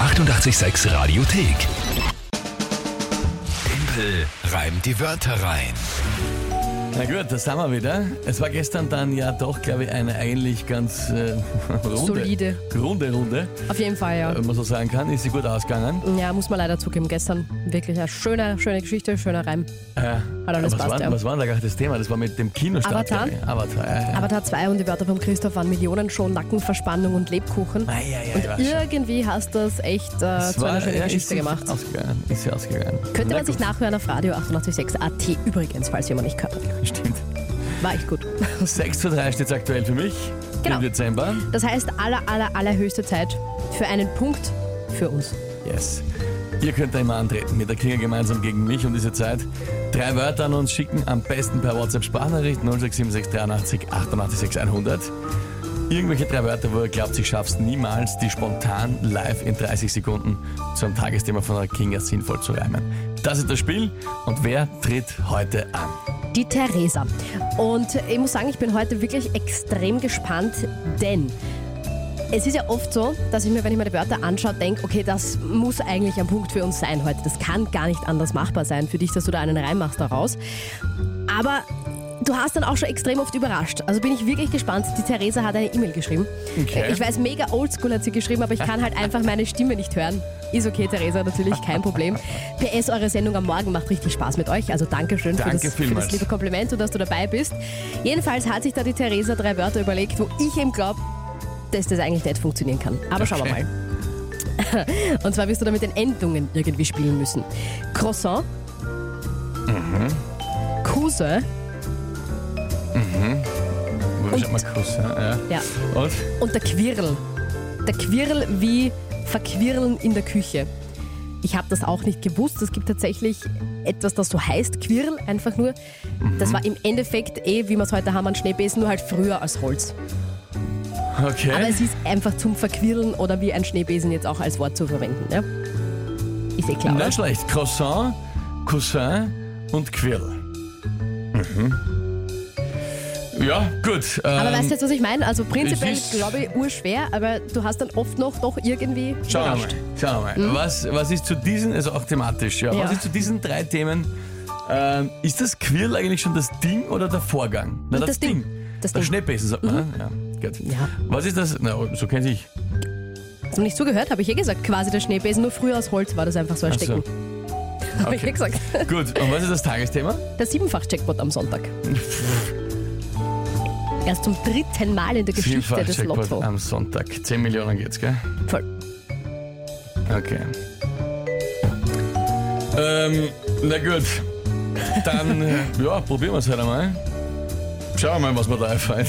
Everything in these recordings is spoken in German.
886 Radiothek. Tempel reimt die Wörter rein. Na gut, das haben wir wieder. Es war gestern dann ja doch, glaube ich, eine eigentlich ganz äh, runde, Solide. runde Runde, Auf jeden Fall, ja. wenn man so sagen kann. Ist sie gut ausgegangen. Ja, muss man leider zugeben. Gestern wirklich eine schöne, schöne Geschichte, schöner Reim. Ja. Hat alles Äh, was, passt, war, ja. was war denn da gerade das Thema? Das war mit dem Kinostart. Avatar? glaube ich. Avatar, ja, ja. Avatar 2 und die Wörter von Christoph waren Millionenshow, Nackenverspannung und Lebkuchen. Ah, ja, ja, und ich weiß schon. irgendwie hast das echt äh, Das zu war- einer schönen ja, Geschichte ist sie gemacht. Ausgegangen. Ist sie ausgegangen. Könnte Na man sich gut, nachhören auf Radio 886 AT übrigens, falls jemand nicht gehört hat. Stimmt. War echt gut. 6 zu 3 steht es aktuell für mich. Genau. Im Dezember. Das heißt, aller, aller, allerhöchste Zeit für einen Punkt für uns. Yes. Ihr könnt da immer antreten mit der Kinga gemeinsam gegen mich um diese Zeit. Drei Wörter an uns schicken, am besten per WhatsApp-Sprachnachricht 0676 88 100. Irgendwelche drei Wörter, wo ihr glaubt, ich schaff's niemals, die spontan live in 30 Sekunden zum Tagesthema von der Kinga sinnvoll zu reimen. Das ist das Spiel und wer tritt heute an? die Theresa. Und ich muss sagen, ich bin heute wirklich extrem gespannt, denn es ist ja oft so, dass ich mir, wenn ich mir die Wörter anschaue, denke, okay, das muss eigentlich ein Punkt für uns sein heute. Das kann gar nicht anders machbar sein für dich, dass du da einen Reim machst daraus. Aber du hast dann auch schon extrem oft überrascht. Also bin ich wirklich gespannt. Die Theresa hat eine E-Mail geschrieben. Okay. Ich weiß, mega oldschool hat sie geschrieben, aber ich kann halt einfach meine Stimme nicht hören. Ist okay, Theresa, natürlich kein Problem. PS, eure Sendung am Morgen macht richtig Spaß mit euch. Also Dankeschön Danke für, das, für vielmals. das liebe Kompliment und dass du dabei bist. Jedenfalls hat sich da die Theresa drei Wörter überlegt, wo ich eben glaube, dass das eigentlich nicht funktionieren kann. Aber schauen wir Okay. mal. Und zwar wirst du da mit den Endungen irgendwie spielen müssen. Croissant, Kuse, Schaut mal kurz, ja. ja, ja. Und? und der Quirl. Der Quirl wie verquirlen in der Küche. Ich habe das auch nicht gewusst. Es gibt tatsächlich etwas, das so heißt, Quirl einfach nur. Das war im Endeffekt eh, wie wir es heute haben, ein Schneebesen, nur halt früher als Holz. Okay. Aber es ist einfach zum Verquirlen oder wie ein Schneebesen jetzt auch als Wort zu verwenden. Ja? Ist eh klar. oder? Nicht schlecht. Croissant, Cousin und Quirl. Mhm. Ja, gut. Aber ähm, weißt du jetzt, was ich meine? Also prinzipiell es ist- glaube ich urschwer, aber du hast dann oft noch doch irgendwie Schauen wir überrascht. mal. Schauen wir mal. Was, was ist zu diesen, also auch thematisch, ja, Hm? Ja. was ist zu diesen drei Themen, ähm, ist das Quirl eigentlich schon das Ding oder der Vorgang? Na, Das Ding. Das Der Ding. Schneebesen, sagt man, ne? ja. Gut. Ja. Was ist das? Na, oh, so kenne ich. Hast du nicht zugehört? Habe ich eh gesagt, quasi der Schneebesen, nur früher aus Holz war das einfach so ein Ach so. Stecken. Habe ich eh Okay. gesagt. Gut, und was ist das Tagesthema? Der Siebenfach-Jackpot am Sonntag. Erst zum dritten Mal in der Geschichte des Vielfalt-Jackpot Lotto. am Sonntag. 10 Millionen geht's, gell? Voll. Okay. Ähm, na gut. Dann, äh, ja, probieren wir es halt einmal. Schauen wir mal, was wir da erfahren.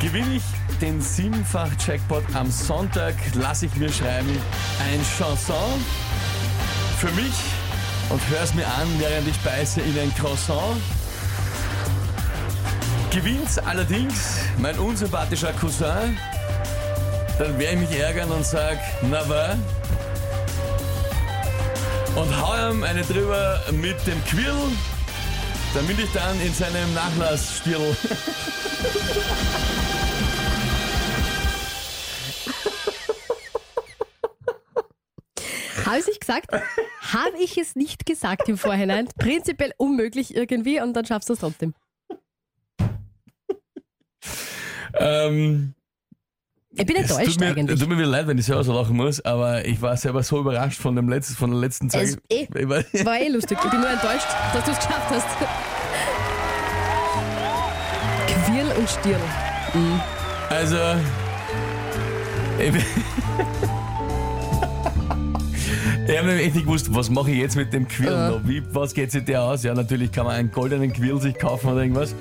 Gewinne ich den Siebenfach-Jackpot am Sonntag, lasse ich mir schreiben ein Chanson für mich und hör's mir an, während ich beiße in ein Croissant. Gewinnt allerdings mein unsympathischer Cousin, dann werde ich mich ärgern und sag, na wa? Und hau ihm eine drüber mit dem Quirl, damit ich dann in seinem Nachlass stirl. Ah. Habe ich es gesagt? Habe ich es nicht gesagt im Vorhinein? Prinzipiell unmöglich irgendwie und dann schaffst du es trotzdem. Ähm, Ich bin es enttäuscht tut mir, eigentlich. tut mir wieder leid, wenn ich selber so lachen muss, aber ich war selber so überrascht von, dem letzten, von der letzten Zeit. Es- eh. Ich weiß- War eh lustig. Ich bin nur enttäuscht, dass du es geschafft hast. Quirl und Stirl. Also. Ich, bin- ich habe nämlich echt nicht gewusst, was mache ich jetzt mit dem Quirl Ja. noch? Wie, was geht sich der aus? Ja, natürlich kann man einen goldenen Quirl sich kaufen oder irgendwas.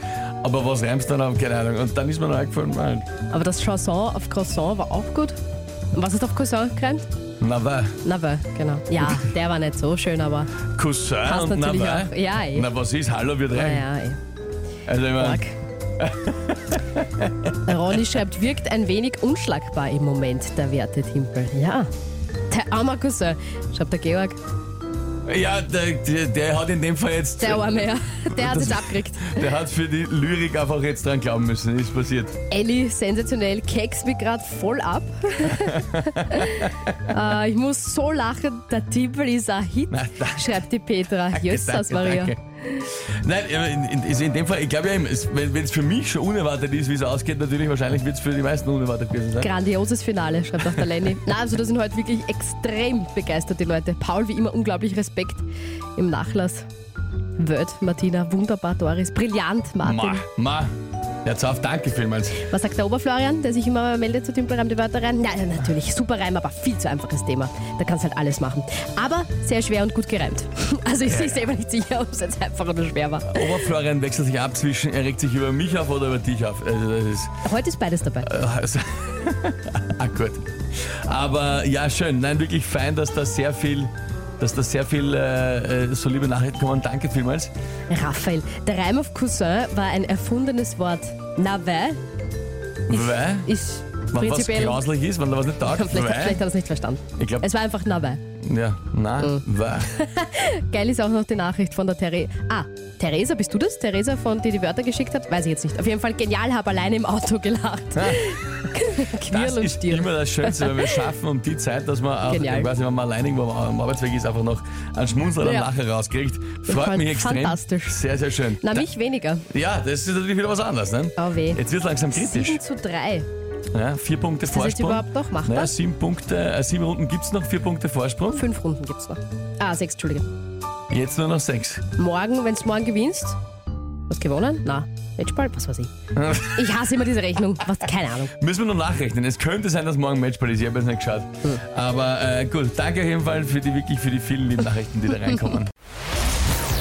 Aber was reimst du dann auf? Keine Ahnung. Und dann ist mir noch eingefallen, nein. Aber das Chanson auf Croissant war auch gut. Und was ist auf Croissant gereimt? Na wa, Nabe, genau. Ja, der war nicht so schön, aber Cousin passt äh, Ah, und na natürlich wa. auch. Ja, eh. Na was ist? Hallo, wir Ja, drei. ja, eh. Also ich mein, Mark. Ronny schreibt, wirkt ein wenig unschlagbar im Moment, der werte Timpel. Ja. Der arme Cousin, schreibt der Georg. Ja, der, der, der hat in dem Fall jetzt. Der Arme, ja. Der hat es abgekriegt. Der hat für die Lyrik einfach jetzt dran glauben müssen. Ist passiert. Ellie, sensationell. Keks mich gerade voll ab. äh, ich muss so lachen, der Tippel ist ein Hit, Na, danke. schreibt die Petra. Jesus Maria. danke. Nein, aber in, in, also in dem Fall, ich glaube ja eben, es- wenn es für mich schon unerwartet ist, wie es ausgeht, natürlich wahrscheinlich wird es für die meisten unerwartet gewesen sein. Grandioses Finale, schreibt auch der Lenny. Na, also da sind heute wirklich extrem begeistert die Leute. Paul, wie immer, unglaublich Respekt im Nachlass. Word, Martina, wunderbar, Doris, brillant, Martin. Ma, ma. Ja, auf, danke vielmals. Was sagt der Oberflorian, der sich immer meldet zu Timpelreim die Wörter rein? Nein, nein, natürlich, super Reim, aber viel zu einfaches Thema. Da kannst halt alles machen. Aber sehr schwer und gut gereimt. Also ich sehe selber nicht sicher, ob es jetzt einfach oder schwer war. Oberflorian wechselt sich ab zwischen, er regt sich über mich auf oder über dich auf. Also das ist. Heute ist beides dabei. Also, ah, gut. Aber ja, schön. Nein, wirklich fein, dass da sehr viel, dass da sehr viel äh, äh, so liebe Nachrichten kommen. Danke vielmals. Raphael, der Reim auf Cousin war ein erfundenes Wort. Na, weil Weil, ist wenn was prinzipiell... grauslich ist, wenn da was nicht taugt, Vielleicht, hat- weil, vielleicht hat er es nicht verstanden. ich glaube, Es Mm. war einfach Nabe. ja, nein, weil. Geil ist auch noch die Nachricht von der Theresa. Ah, Theresa, bist du das? Theresa, von die die Wörter geschickt hat? Weiß ich jetzt nicht. Auf jeden Fall genial, habe alleine im Auto gelacht. Ah. Das Knirl und ist Stirn. immer das Schönste, weil wir schaffen um die Zeit, dass man auch, ich Genial. weiß nicht, wenn man allein irgendwo am Arbeitsweg ist, einfach noch einen Schmunzler oder Ja. Lacher rauskriegt. Freut Fan- mich extrem. fantastisch. Sehr, sehr schön. Na, mich weniger. Ja, das ist natürlich wieder was anderes, ne? Oh weh. Jetzt wird langsam kritisch. 7 zu 3. Ja, vier Punkte das jetzt Vorsprung. überhaupt noch machbar? Naja, sieben, Punkte, äh, sieben Runden gibt es noch, vier Punkte Vorsprung. Fünf Runden gibt's noch. Ah, sechs, Entschuldige. Jetzt nur noch sechs. Morgen, wenn du morgen gewinnst. Was gewonnen? Na, Matchball, was weiß ich. Ich hasse immer diese Rechnung. Was, keine Ahnung. Müssen wir noch nachrechnen. Es könnte sein, dass morgen Matchball ist. Ich habe jetzt nicht geschaut. Hm. Aber äh, gut, danke auf jeden Fall für die, wirklich für die vielen lieben Nachrichten, die da reinkommen.